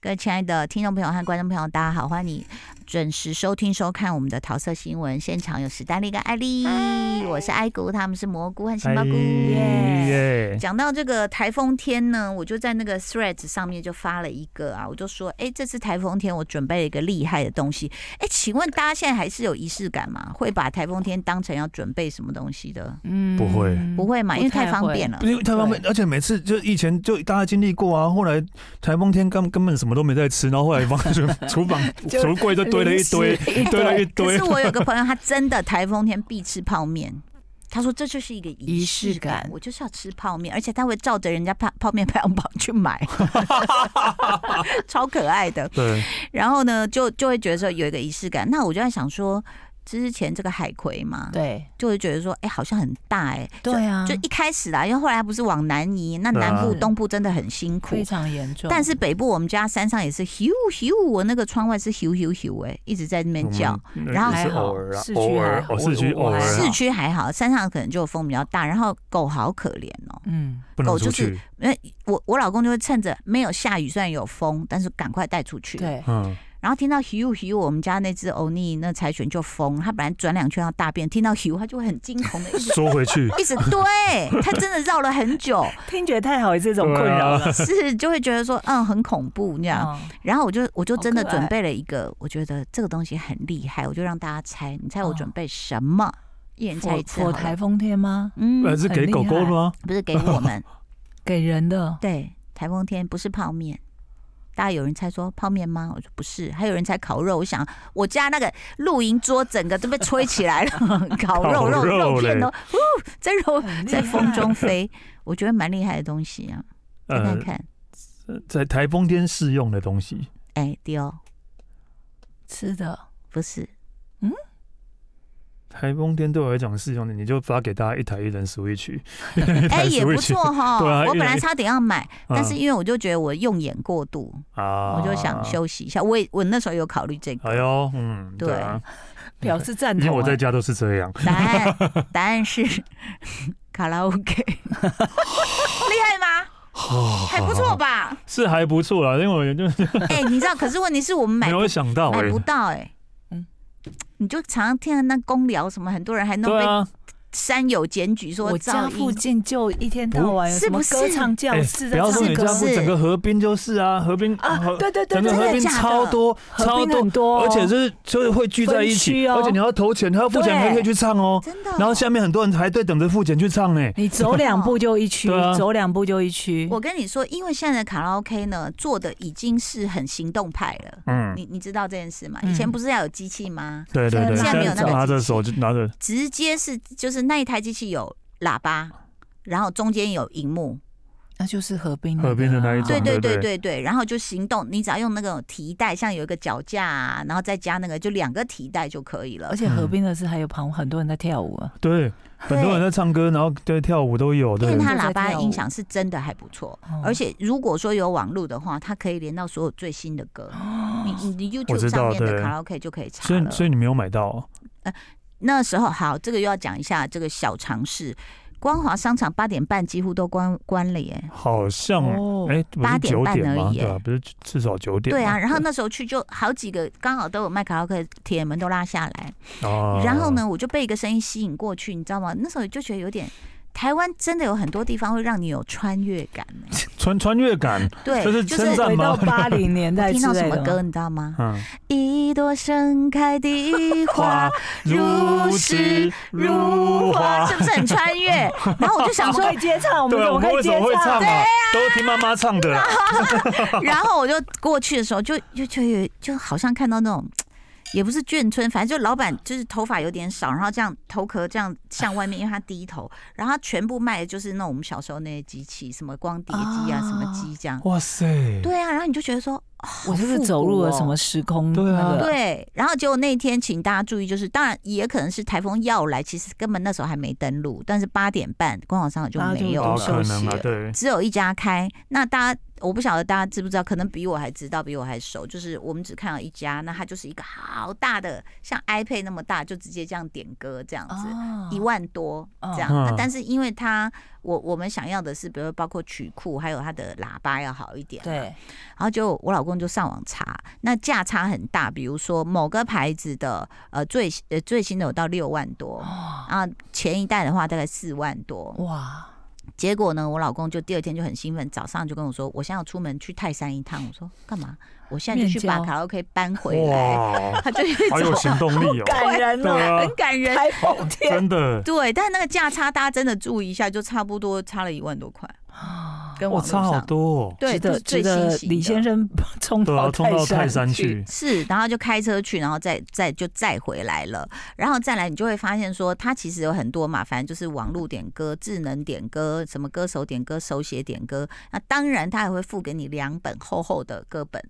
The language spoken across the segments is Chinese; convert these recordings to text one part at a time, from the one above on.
各位亲爱的听众朋友和观众朋友，大家好，欢迎你准时收听收看我们的桃色新闻现场，有史丹利跟艾丽，我是艾姑，他们是蘑菇和杏鲍菇。哎耶耶，讲到这个台风天呢，我就在那个 Threads 上面就发了一个啊，我就说，哎，这次台风天我准备了一个厉害的东西。哎，请问大家现在还是有仪式感吗？会把台风天当成要准备什么东西的？嗯不会不会嘛，因为太方便了。了。因为太方便，而且每次就以前就大家经历过啊，后来台风天根根本什么都没在吃，然后后来放厨 厨房就橱柜就堆了一堆，零食一堆了一可堆是，我有个朋友，他真的台风天必吃泡面。他说这就是一个仪式仪式感我就是要吃泡面，而且他会照着人家泡泡面排行榜去买，超可爱的。对，然后呢，就就会觉得说有一个仪式感。那我就在想说，之前这个海葵嘛，对就会觉得说，哎、好像很大哎、对啊，就一开始啦，因为后来不是往南移，那对啊南部、是东部真的很辛苦非。常严重。但是北部我们家山上也是咻咻，我那个窗外是咻咻咻哎，一直在那边叫。我们然后也还是好偶尔啊市，区偶还尔好哦，市区我偶我尔啊还好市区还好，山上可能就风比较大，然后狗好可怜哦。嗯，不能狗出就是去，我我老公就会趁着没有下雨，虽然有风，但是赶快带出去。。对， 嗯，然后听到 Hugh Hugh，我们家那只欧尼那柴犬就疯，它本来转两圈要大便，听到 Hugh 它就会很惊恐的一 直缩回去，一直对，它真的绕了很久，听觉太好也是一种困扰了。是就会觉得说嗯很恐怖那啊 样。嗯然后我就我就真的好可爱准备了一个，我觉得这个东西很厉害，我就让大家猜，你猜我准备什么？一人猜一次好我了。哦台风天吗？呃，嗯，是给狗狗的吗？不是给我们，给人的对，台风天不是泡面。大家有人猜说泡面吗？我说不是，还有人猜烤肉。我想我家那个露营桌整个都被吹起来了，烤肉烤肉肉肉片嘞都呼在肉 很厉哦在风害中飞，我觉得蛮厉害的东西啊。看呃看，看，在台风天适用的东西，哎、迪欧吃的，不是台风天对我来讲适用的，你就发给大家一台一 人 Switch，一哎、台也不 Switch，错哈。对啊我一本来人差点要买，但嗯是因为我就觉得我用眼过度，啊我就想。休息一下。我也我那时候有考虑这个，哎呦，嗯，对啊啊，表示赞因为同。啊我在家都是这样，答案答案是卡拉 OK，厉害吗？还还不错吧？ 是还不错啦，因为我就哎、你知道，可是问题是我们买没有想到、买欸，不到哎、嗯你就常常听到那公聊什么，很多人还弄对被啊，山友检举说我噪家附音。近就一天到晚有不什么是不歌是唱教哎室不在要说唱你家歌附是整个河滨就是啊，河滨啊，河对对对整个真的河对，滨假的超多超河滨多很，多，而且就是就是会聚在一分起，区哦而且你要投钱，还要付钱对才可以去唱哦。真的哦、然后下面很多人排队等着付钱去唱呢、你走两步就一区 对啊，走两步就一区。我跟你说，因为现在的卡拉 OK 呢，做的已经是很行动派了。嗯，你你知道这件事吗？嗯以前不是要有机器吗？对对对，现在没有那个拿着机器手就拿着，直接是就是那一台机器有喇叭，然后中间有荧幕，那就是河滨河滨的那一啊种对对对对不对对，然后就行动，你只要用那种提带，像有一个脚架、啊，然后再加那个，就两个提带就可以了而。且嗯河滨的是还有旁很多人在跳舞啊，对，很多人在唱歌，然后对跳舞都有，因对为，它就在喇叭跳舞音响是真的还不错，哦而且如果说有网络的话，它可以连到所有最新的歌，你你你哦我 YouTube 知上道面的对卡拉 OK 就可以查所以了。所以你没有买到哦、那时候好，这个又要讲一下这个小常识，光华商场八点半几乎都关关了耶。好像哦哎、不是8点九半点而吗？已对啊，哎不是至少九点吗。对啊，然后那时候去就好几个，刚好都有卖卡拉 OK，的铁门都拉下来。哦然后？呢，我就被一个声音吸引过去，你知道吗？那时候就觉得有点，台湾真的有很多地方会让你有穿越感、欸穿穿越感，对，这是就称是赞回吗到八零 年代听之到什类么歌，的吗。你知道吗？嗯，一朵盛开的 花 花如如诗诗如如花，花是。不是很穿 越？然后我就想我们说可，以接唱，我们对啊，怎我么们可为以什么接会唱唱？啊？都是听妈妈唱的啦。 然后我就过去的时候就，就就有就好像看到那种。也不是眷村，反正就老板就是头发有点少，然后这样头壳这样向外面，因为他低头，然后他全部卖的就是那种我们小时候那些机器，什么光碟机啊，啊什么机这样。哇塞！对啊，然后你就觉得说，哦我是不是啊走入了什？么时空？对啊那好复古哦个对，然后结果那一天，请大家注意，就是当然也可能是台风要来，其实根本那时候还没登陆，但是八点半官网上就大家就没有都哦，了，休可能息啊了，对，只有一家开。那大家我不晓得大家知不知道，可能比我还知道，比我还熟。就是我们只看到一家，那它就是一个好大的，像 iPad 那么大，就直接这样点歌这样子。哦一万多这样，嗯那但是因为它，我我们想要的是，比如包括曲库，还有它的喇叭要好一点，啊对，啊然后就我老公就上网查，那价差很大，比如说某个牌子的呃最呃最新的有到六万多，哦啊前一代的话大概四万多。哇，结果呢，我老公就第二天就很兴奋，早上就跟我说，我现在要出门去泰山一趟。我说干嘛？我现在就去面把交卡拉 OK 搬回来。哇， 他就去好有找，行动力哦，感人对哦，啊很，感人。台风天真的，对，但是那个价差大家真的注意一下，就差不多差了一万多块，啊，跟哇，网络差好上。多哦，对，值这是得最值得新型的李先生冲对啊，到冲到泰山山去，是，然后就开车去，然后再再就再回来了，然后再来你就会发现说，它其实有很多嘛，反正就是网络点歌、智能点歌、什么歌手点歌、手写点歌，那当然它还会付给你两本厚厚的歌本。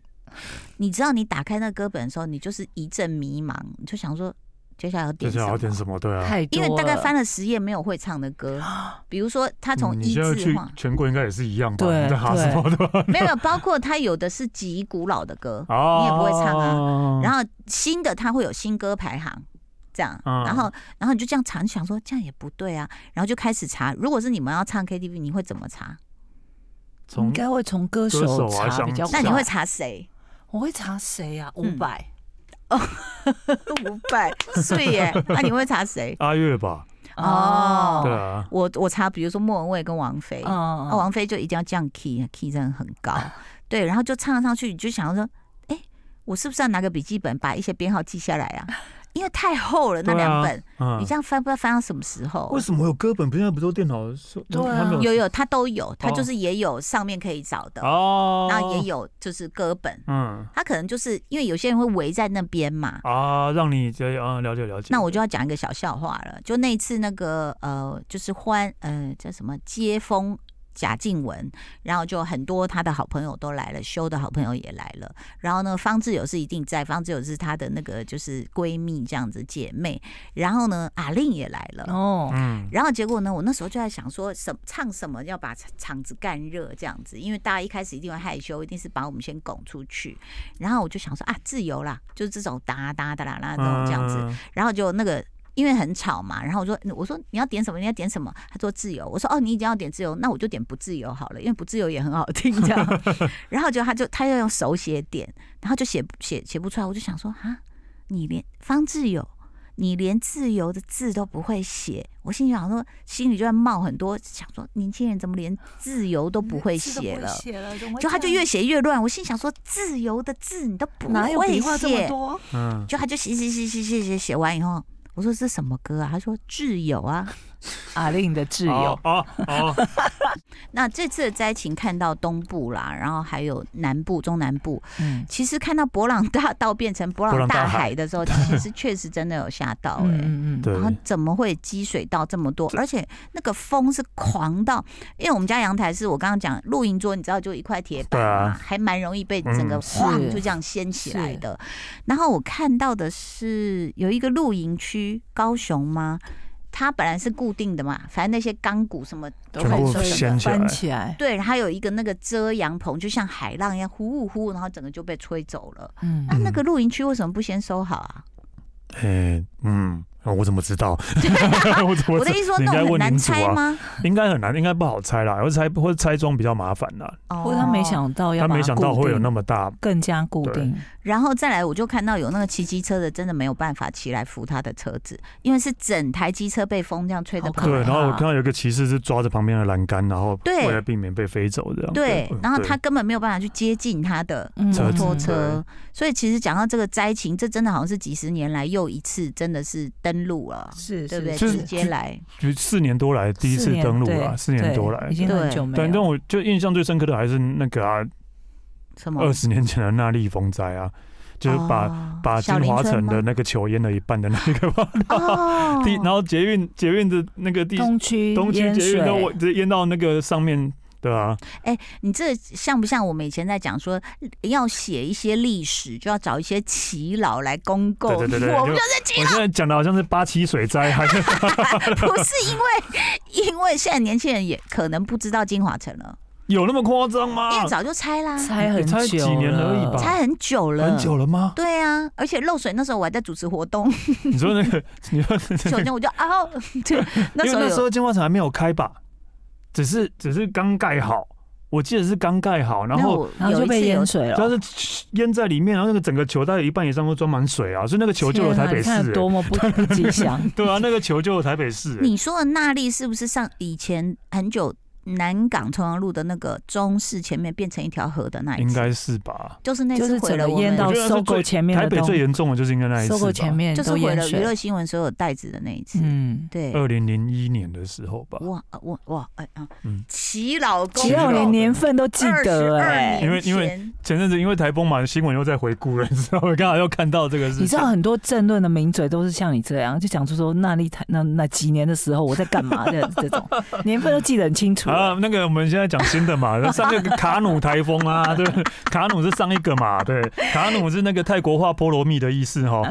你知道你打开那歌本的时候，你就是一阵迷茫，你就想说接下来要接点什下来要点么。什么？对啊，太多因了，啊为大概翻了十页没有会唱的歌，比如说他从嗯你一现在字去化，全国应该也是一样吧？对你在哈什么的？没有，包括他有的是极古老的歌，啊你也不会唱 啊然后后新的它会有新歌排行，这样，嗯然后然后你就这样查，你想说这样也不对啊，然后就开始查。如果是你们要唱 KTV，你会怎么查？应从该会从歌歌手手啊查像比较快。那你会查谁？我会查谁啊？伍嗯佰，伍 佰、岁耶，那你会查谁？阿月吧，哦对啊，我我查，比如说莫文蔚跟王菲，啊，嗯，王菲就一定要降 key，key 真的很高，啊对，然后就唱上去，你就想说，哎，我是不是要拿个笔记本把一些编号记下来啊？因为太厚了那对啊两本，你嗯，这样翻不知道翻到什么时候。为什么会有歌本？不是现在不都电脑？对啊他没有有，它都有，它就是也有上面可以找的，哦，然后也有就是歌本，嗯它可能就是因为有些人会围在那边嘛。啊，让你这啊了解了解。那我就要讲一个小笑话了，就那一次那个呃，就是欢呃叫什么接风贾静雯，然后就很多他的好朋友都来了，修的好朋友也来了，然后呢，方志友是一定在，方志友是她的那个就是闺蜜这样子姐妹，然后呢，阿令也来了，哦，嗯然后结果呢，我那时候就在想说，什么唱什么要把场子干热这样子，因为大家一开始一定会害羞，一定是把我们先拱出去。然后我就想说啊，自由啦，就是这种哒哒哒啦啦这种这样子。嗯然后就那个。因为很吵嘛，然后我说我说你要点什么你要点什么，他说自由，我说哦你已经要点自由，那我就点不自由好了，因为不自由也很好听 这样。然后就他就他要用手写点，然后就写写写不出来，我就想说啊，你连方志友，你连自由的字都不会写，我心里想说，心里就在冒很多，想说年轻人怎么连自由都不会写了。写了，怎么会就他就嗯这样越写越乱，我心想说自由的字你都不哪有会笔画这么写，多？嗯，就他就写写写写写写写完以后，我说这什么歌啊？他说挚友啊。阿令的挚友哦，哦哦，那这次的灾情看到东部啦，然后还有南部、中南部，嗯其实看到博朗大道变成博博朗朗大大海海的时候，其实确实真的有吓到哎、嗯嗯 嗯，对然，后怎么会积水到这么多？而且那个风是狂到，因为我们家阳台是我刚刚讲露营桌，你知道就一块铁板对嘛，啊还蛮容易被整个嗯晃是就这样掀起来的。然后我看到的是有一个露营区，高雄吗？它本来是固定的嘛，反正那些钢骨什么都全部会掀的。起来翻起来，对，它有一个那个遮阳棚，就像海浪一样呼呼呼，然后整个就被吹走了。啊嗯那，那个露营区为什么不先收好啊？哎，嗯，我怎 么知道？我怎么我知的意思说，你应那该种很问难领主拆啊吗？应该很难，应该不好拆啦，或者拆或者拆装比较麻烦啦。哦不过他没想到要他把它没想到会有那固定么大，更加固定，然后再来，我就看到有那个骑机车的，真的没有办法骑来扶他的车子，因为是整台机车被风这样吹的好跑可对。来。然后我怕看到有一个骑士是抓着旁边的栏杆，然后对为了避免被飞走这样。对嗯，然后他根本没有办法去接近他的嗯摩托车子车，所以其实讲到这个灾情，这真的好像是几十年来又一次真的是登陆了，是对不对？是就是直接来，就四年多来第一次登陆啦，四年多来已。经很久没但但有。我就印象最深刻的还是那个啊，什么二十年前的那莉风灾啊，就是把、哦把小金林华村城的吗那个球淹了一半的那个吧， 哦地，然后捷运捷运的那个地东区东区淹捷运水都我直接淹到那个上面，对啊，你这像不像我们以前在讲说要写一些历史，就要找一些耆老来公共？对对 对对我们就就是耆我现在讲的好像是八七水灾，还是 不是因为，因为现在年轻人也可能不知道金华城了，有那么夸 张吗？因为早就拆啦，猜很久猜了，几年而已吧拆很久了，很久了吗？对啊，而且漏水那时候我还在主持活动，你说那个， 你说那首个，先我就啊，对，那因时为候那时有候金华城还没有开吧，只是只是刚盖好，我记得是刚盖好，然那后我然后有就一被次有淹水了。它是淹在里面，然后那个整个球大概一半以上都装满水啊，所以那个球救了天啊台北你市、看有多欸。么不不吉祥。对啊，那个球救了台北市、欸。你说的那丽是不是上以前很久南港重阳路的那个中市前面变成一条河的那一应次？该是吧？就是 那就次是毁整了个我淹们，到我觉得那搜是狗最前面台的北东最严重的就是应该那一次吧。搜狗前面就是都毁淹了娱水乐，新闻所有袋子的那一次。嗯，对，二零零一年的时候吧，哇哇哇，哎啊嗯，齐老公，只要连年份都记得哎、因为因为为前阵子因为台风嘛，新闻又在回顾了，你知道吗？刚好又看到这个事情。你知道很多政论的名嘴都是像你这样，就讲出说那那那那几年的时候我在干嘛的 这种年份都记得很清楚、啊，那个我们现在讲新的 嘛，上那个卡努台风啊，对，卡努是上一个嘛，对，卡努是那个泰国话菠萝蜜的意思 哈，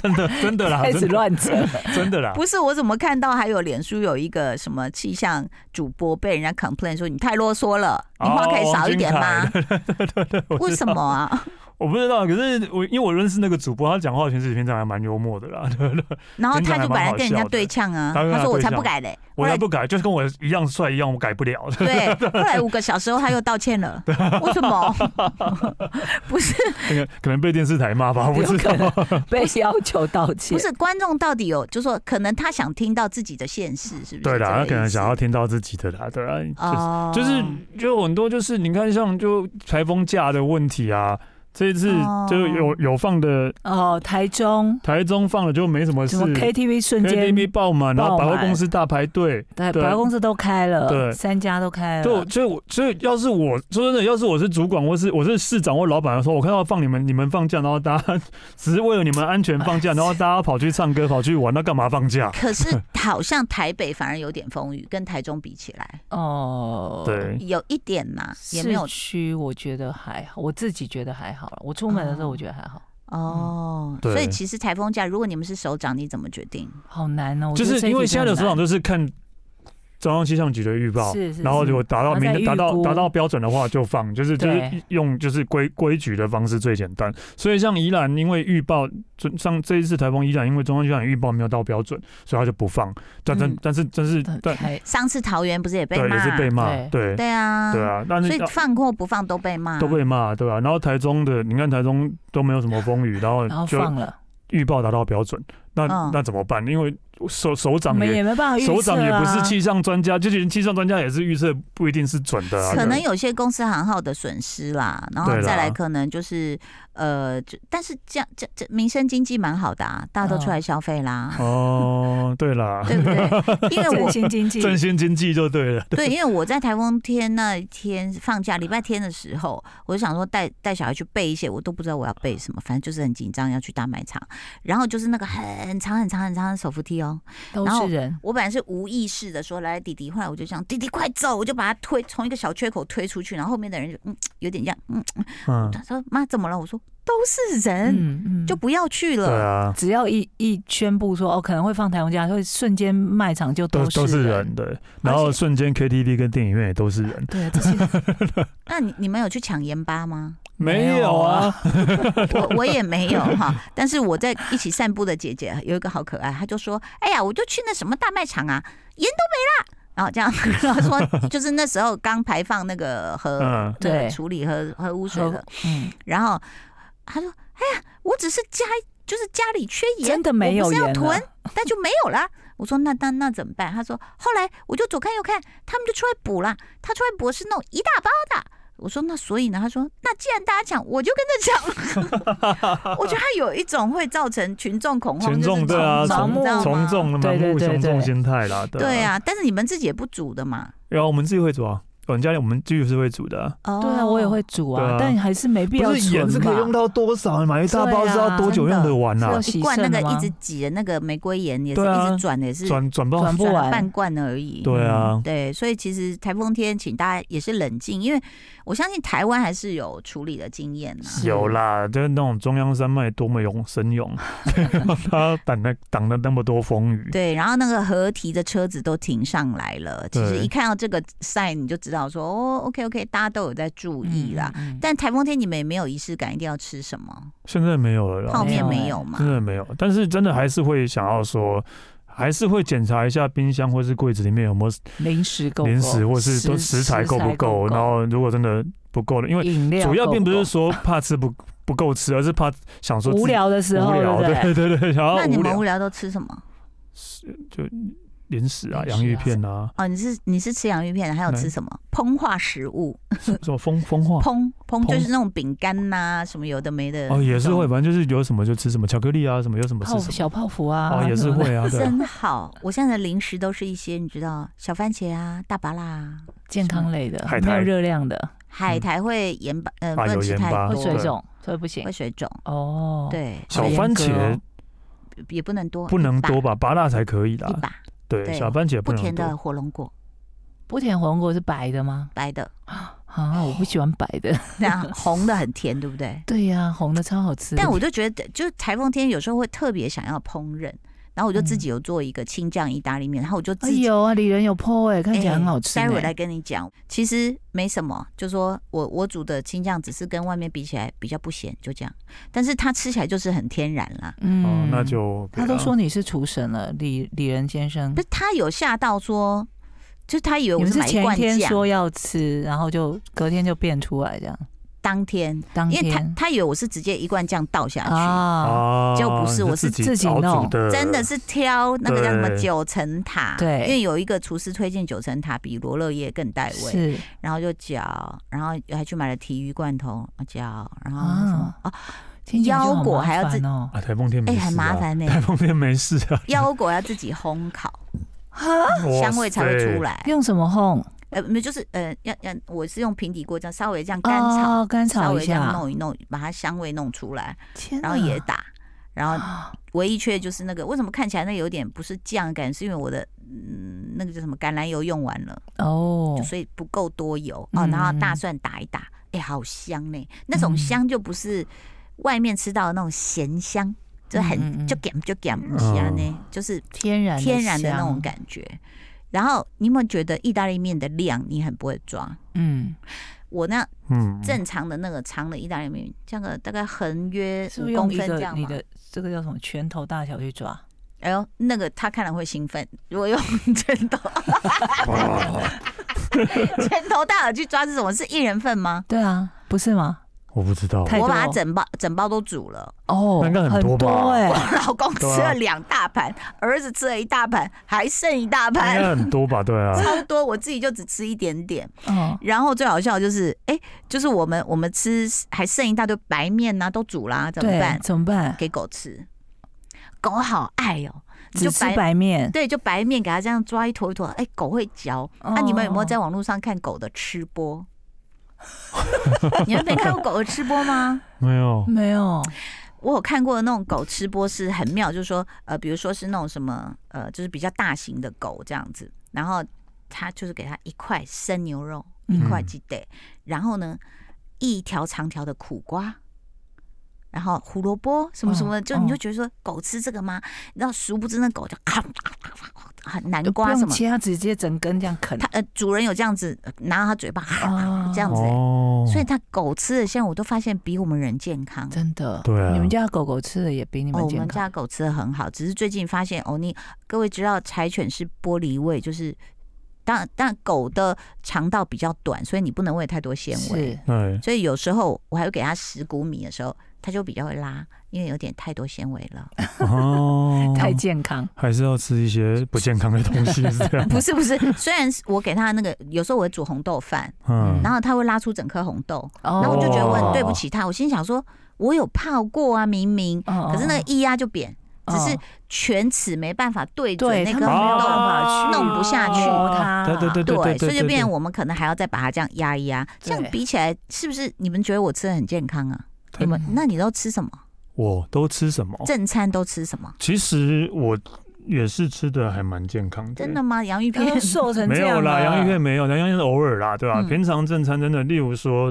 真的真的啦，开始真的乱 扯，真的啦，不是我怎么看到还有脸书有一个什么气象主播被人家 complain 说你太啰嗦了，哦你话可以少一点吗？ 为什么 啊？我不知道，可是我因为我认识那个主播，他讲话其实平常还蛮幽默的 啦，对对对然后他平常还就蛮本来好跟人家笑的对呛啊，他跟他他说我对才不呛改嘞，后我来要不改，就是跟我一样帅一样，我改不 了。对， 后来五个小时后他又道歉了，为什么？不是可能可能被电视台骂吧，我不有知可道。 能被要求道歉不。是观众到底有，就说可能他想听到自己的现实，是不是？对啦，他可能想要要听到自己的啦，对啊，就是哦，就是就很多就是你看像就台风假的问题啊，这一次哦就有有放的哦，台中台中放了就没什么事什么 KTV 瞬间 KTV 爆满，然后百爆货满公司大排队。对，对百货公司都开对了，三家都开就了，就我所以要是我说真的，要是我是主管或是我是市长或老板的时候，我看到放你们你们放假，然后大家 只是为了你们安全放假，然后大家跑去唱歌跑去玩，那干嘛放假？可是好像台北反而有点风雨，跟台中比起来哦，对，有一点嘛，也没市有区我觉得还好，我自己觉得还好。我出门的时候我觉得还好，嗯哦。对所以其实台风假，如果你们是首长，你怎么决定？好难哦。我就觉得是因为这现在一题的首真长很都难是看中央气象局的预报，是是然后是如果达到然后明再达预到估达到标准的话就放，就是就是对用就是规规矩的方式最简单。所以像宜兰，因为预报就像这一次台风宜兰，因为中央气象局预报没有到标准，所以他就不放。但但、嗯但是但是很但开上次桃园不是也被对也骂？是被骂，对对啊，对啊，但是所以啊放或不放都被啊骂。都被骂，对吧、啊然后台中的，你看台中都没有什么风雨，然后然后就放了，预报达到标准，那、嗯那怎么办？因为首首我长们也也没办法预测首啊。长也不是气象专家，就连气象专家也是预测不一定是准的啊。可能对有些公司行号的损失啦，然后对啦再来可能就是呃，就但是这样这这民生经济蛮好的啊，大家都出来消费 啦，哦，对啦，对不对？ 因为我振兴经济，振兴经济就对了。对，因为我在台风天那一天放假，礼拜天的时候，我就想说带带小孩去背一些，我都不知道我要背什么，反正就是很紧张，要去大卖场，然后就是那个很长很长很长的手扶梯哦，都然后是人。我本来是无意识的说来弟弟，后来我就想弟弟快走，我就把他推从一个小缺口推出去，然后后面的人就嗯有点这样，嗯，嗯，他说妈怎么了？我说都是人，嗯嗯，就就不要去对了。啊，只要一一宣布说哦，可能会放台风假，会瞬间卖场就都都都是人人。对，然后瞬间 KTV 跟电影院也都是人， 对，这些那你你们有去抢盐巴吗？没有啊，我我也没有哈，但是我在一起散步的姐姐有一个好可爱，她就说：“哎呀，我就去那什么大卖场啊，盐都没啦。”然后这样， 然后说就是那时候刚排放那个核、那嗯个对处理核核污水的，嗯，然后她说：“哎呀，我只是家就是家里缺盐，真的我没有啊不是要盐囤了，但就没有啦。”我说：“那那那怎么办？”她说：“后来我就左看右看，他们就出来补啦。他出来补是弄一大包的。”我说：“那所以呢？”他说：“那既然大家抢，我就跟着抢。” 我觉得他有一种会造成群众恐慌，群众就是对啊从从你知道吗从众的盲对对目对从众对心态啦，对啊，啊，但是你们自己也不煮的嘛。然后我们自己会煮啊，我们家里我们自己是会煮的啊，哦对啊，我也会煮对啊啊，但还是没必要不是盐存是可以吧用到多少，买一大包对啊是要多久用得完啊真？的一罐那个洗剩了一吗直挤的那个玫瑰盐也是对啊一直转的，也是转转不转不转了完半罐而已。对啊，对，所以其实台风天，请大家也是冷静，因为我相信台湾还是有处理的经验啊。是有啦，就是那种中央山脉多么勇神勇， 他挡了挡了那么多风雨，对，然后那个合体的车子都停上来了。其实对一看到这个 sign，你就知道说哦，OK OK，大家都有在注意啦。嗯，嗯嗯但台风天你们也没有仪式感，一定要吃什么？现在没有了啦，泡面没有没欸有嘛真？的没有，但是真的还是会想要说，还是会检查一下冰箱或是柜子里面有没有零食够不够零食或是都食食材够不够，然后如果真的不够的，因为饮料主要并不够是够说怕吃不不够吃，而是怕想说自己无聊的时候，无聊，对不对对对，想要那你啊无们聊无聊都吃什么？就零食啊零食啊、洋芋片啊，哦，你是你是吃洋芋片，还有对吃什么膨化食物？什么风风化膨膨膨就是那种饼干呐，什么有的没的。哦，也是会，那种。反正就是有什么就吃什么，巧克力啊，什么有什么吃 泡什么，小泡芙啊，哦，也什是么 的会啊，对啊，真好，我现在的零食都是一些你知道小番茄啊、大拔辣啊，健康类的，海没有苔热量的，海苔会盐巴，呃，不啊能有吃嗯盐太巴多，会水对肿，所以不行会。水肿。哦，，对，小好严番格茄哦也不能多，不能多吧？吧，拔辣才可以一啦，把对，对小番茄不能甜多的。火龙果，不甜火龙果是白的吗？白的， 哎啊，我不喜欢白的。 那红的很甜，对不对？对呀、红的超好吃。但我就觉得，就是台风天有时候会特别想要烹饪，然后我就自己有做一个青酱意大利面，然后我就自哎己。有啊，李仁有破哎、看起来很好吃、待会欸。儿来跟你讲，其实没什么，就说我我煮的青酱只是跟外面比起来比较不咸，就这样。但是它吃起来就是很天然啦。嗯哦，那就啊他都说你是厨神了，李李仁先生不。是他有吓到说，就是他以为你我们是是买一前罐天酱，说要吃，然后就隔天就变出来这样，当天，当因为他天他以为我是直接一罐酱倒下去，啊，啊，就不是我是自己熬弄煮的，真的是挑那个叫什么对九层塔，对因为有一个厨师推荐九层塔比罗勒叶更带味，是然后就搅，然后还去买了提鱼罐头搅，然后什么哦，听起来就好腰果麻还要烦自哦，啊，台风天没哎，事、啊，很麻 烦呢。台风天没事啊，腰果要自己烘烤，哇 香味才会出塞。来。啊用什么烘？呃，没有就是呃，要要我是用平底锅这样稍微这样干炒，哦，干稍炒微一这样下，啊弄一弄，把它香味弄出来，天哪，然后也打，然后唯一缺的就是那个，为什么看起来那有点不是酱感，是因为我的嗯那个叫什么橄榄油用完了，哦就，所以不够多油哦，嗯然后大蒜打一打，哎、好香呢、那种嗯香就不是外面吃到的那种咸香，就嗯嗯很嗯就咸就咸嗯香呢，就是天然天然的那香种，感觉。然后你有没有觉得意大利面的量你很不会抓？嗯，我那嗯， 正常的那个长的意大利面，这样个大概横约是五不是公用一分这个样你嘛？嗯的这个叫什么拳头大小去抓？哎呦，那个他看了会兴奋。如果用拳 头，哇拳头大耳去抓是什么？是一人份吗？对啊，不是吗？我不知道，太多我把它整包整包都煮 了，哦，那应该很多很吧多哎、我老公吃对啊了两大盘，儿子吃了一大盘，还剩一大应哎盘，该很多吧？对啊， 超多，我自己就只吃一点点。哦，然后最好笑的就是，哎，就是我们我们吃还剩一大堆白面呐、都煮啦，怎么对办？怎么办？给狗吃，狗好爱哦，你只吃白面，对，就白面给它这样抓一坨一坨，哎、狗会嚼。那、哦你们有没有在网络上看狗的吃播？ 你们没看过狗的吃播吗？没有，没有，我有看过的那种狗吃播是很妙，就是说，呃，比如说是那种什么，呃，就是比较大型的狗这样子，然后他就是给它一块生牛肉，一嗯块鸡蛋，然后呢一条长条的苦瓜，然后胡萝卜什么什么，哦就你就哦觉得说狗吃这个吗？然后殊不知那狗就啊啊南不瓜什用么，切，它直接整根这样啃它。呃主人有这样子呃拿到它嘴巴、哦这样子、欸哦，所以它狗吃的现在我都发现比我们人健康。真的，对啊你们家狗狗吃的也比你哦，们我健们康。家狗吃的很好，只是最近发现哦，你各位知道柴犬是玻璃胃，就是当但狗的肠道比较短，所以你不能喂太多纤维，是，对，所以有时候我还会给它十谷米的时候，它就比较会拉，因为有点太多纤维了。 哦太健康，还是要吃一些不健康的东 西，是这样，不是不是，虽然是我给它那个，有时候我会煮红豆饭，嗯然，后它会拉出整颗红豆，然然后我就觉得我很对不哦起它，我心想说，我有泡过啊，明明，哦可是那个一压就扁，只是犬齿没办法对准对那他个们没有红办豆。啊法去弄不下去磨它，对对哦对对所以就对变成对我们可能还要再把它这样压一压，这样对比起来，是不是你们觉得我吃的很健康啊？对哦你们那你都吃什么？我都吃什么？正餐都吃什么？其实我也是吃的还蛮健康的，真的吗？洋芋它都 片？瘦成没这有样啦，了洋芋片没有，洋芋片是偶尔啦，对吧、嗯平常正餐真的，例如说，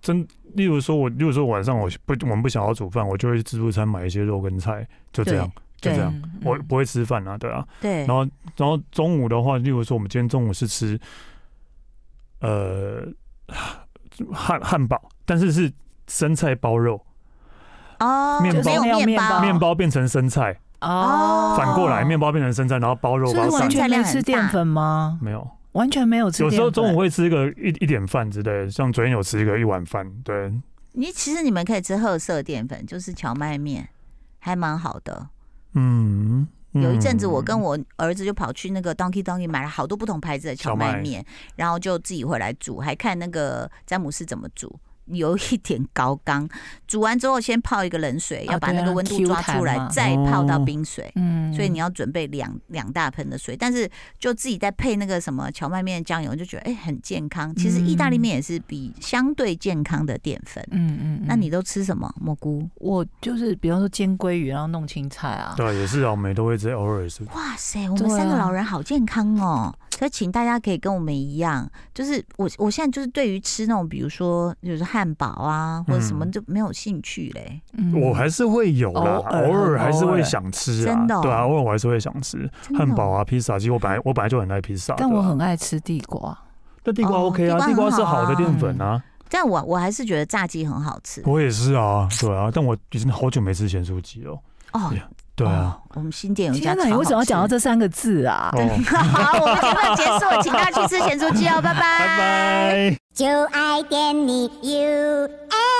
真，例如说我，例如说晚上我不，我们不想要煮饭，我就会自助餐买一些肉跟菜，就这样，就对这样。嗯我嗯不会吃饭啊，对啊。对然，后，然后中午的话，例如说我们今天中午是吃呃汉汉堡，但是是生菜包肉，哦，面包没有面包，面包变成生菜，哦反过来面包变成生菜，然后包肉所包以散上。完全没吃淀粉吗？没有，完全没有吃淀有粉。时候中午会吃个一一点饭之类的，像昨天有吃一个一碗饭，对，你其实你们可以吃褐色淀粉，就是荞麦面，还蛮好的。嗯，嗯有一阵子，我跟我儿子就跑去那个 Donkey Donkey 买了好多不同牌子的荞荞麦麦面，然后就自己回来煮，还看那个詹姆斯怎么煮。有一点高刚，煮完之后先泡一个冷水，啊要把那对个啊温度 Q 抓出来，弹嘛再泡到哦冰水。嗯所以你要准备两两大盆的水，但是就自己再配那个什么荞麦面酱油，就觉得哎、很健康。其实意大利面也是比相对健康的淀粉。嗯嗯，嗯那你都吃什么？蘑菇？我就是比方说煎鲑鱼，然后弄青菜啊。对也是啊，我们也都会吃，偶尔也是。哇塞，我对们啊三个老人好健康哦！所以请大家可以跟我们一样，就是我我现在就是对于吃那种比如说就是汉堡啊或者什么嗯就没有兴趣嘞，嗯我还是会有啦，偶尔偶尔还是会想吃啊，真的哦对啊，偶尔我还是会想吃真的汉堡哦。啊、披萨。其实我本来我本来就很爱披萨，但我对啊很爱吃地瓜，但地瓜哦 OK 啊，地地瓜瓜很是好啊好的淀粉啊，但我我还是觉得炸鸡很好吃我也是啊，对啊，但我已经好久没吃咸酥鸡了，哦。对啊，哦，我们新店有一家天超好吃。哪，你为什么要讲到这三个字啊？哦，好，我们节目结束，请大家去吃咸酥鸡哦，拜拜拜拜。就爱点你 UFO。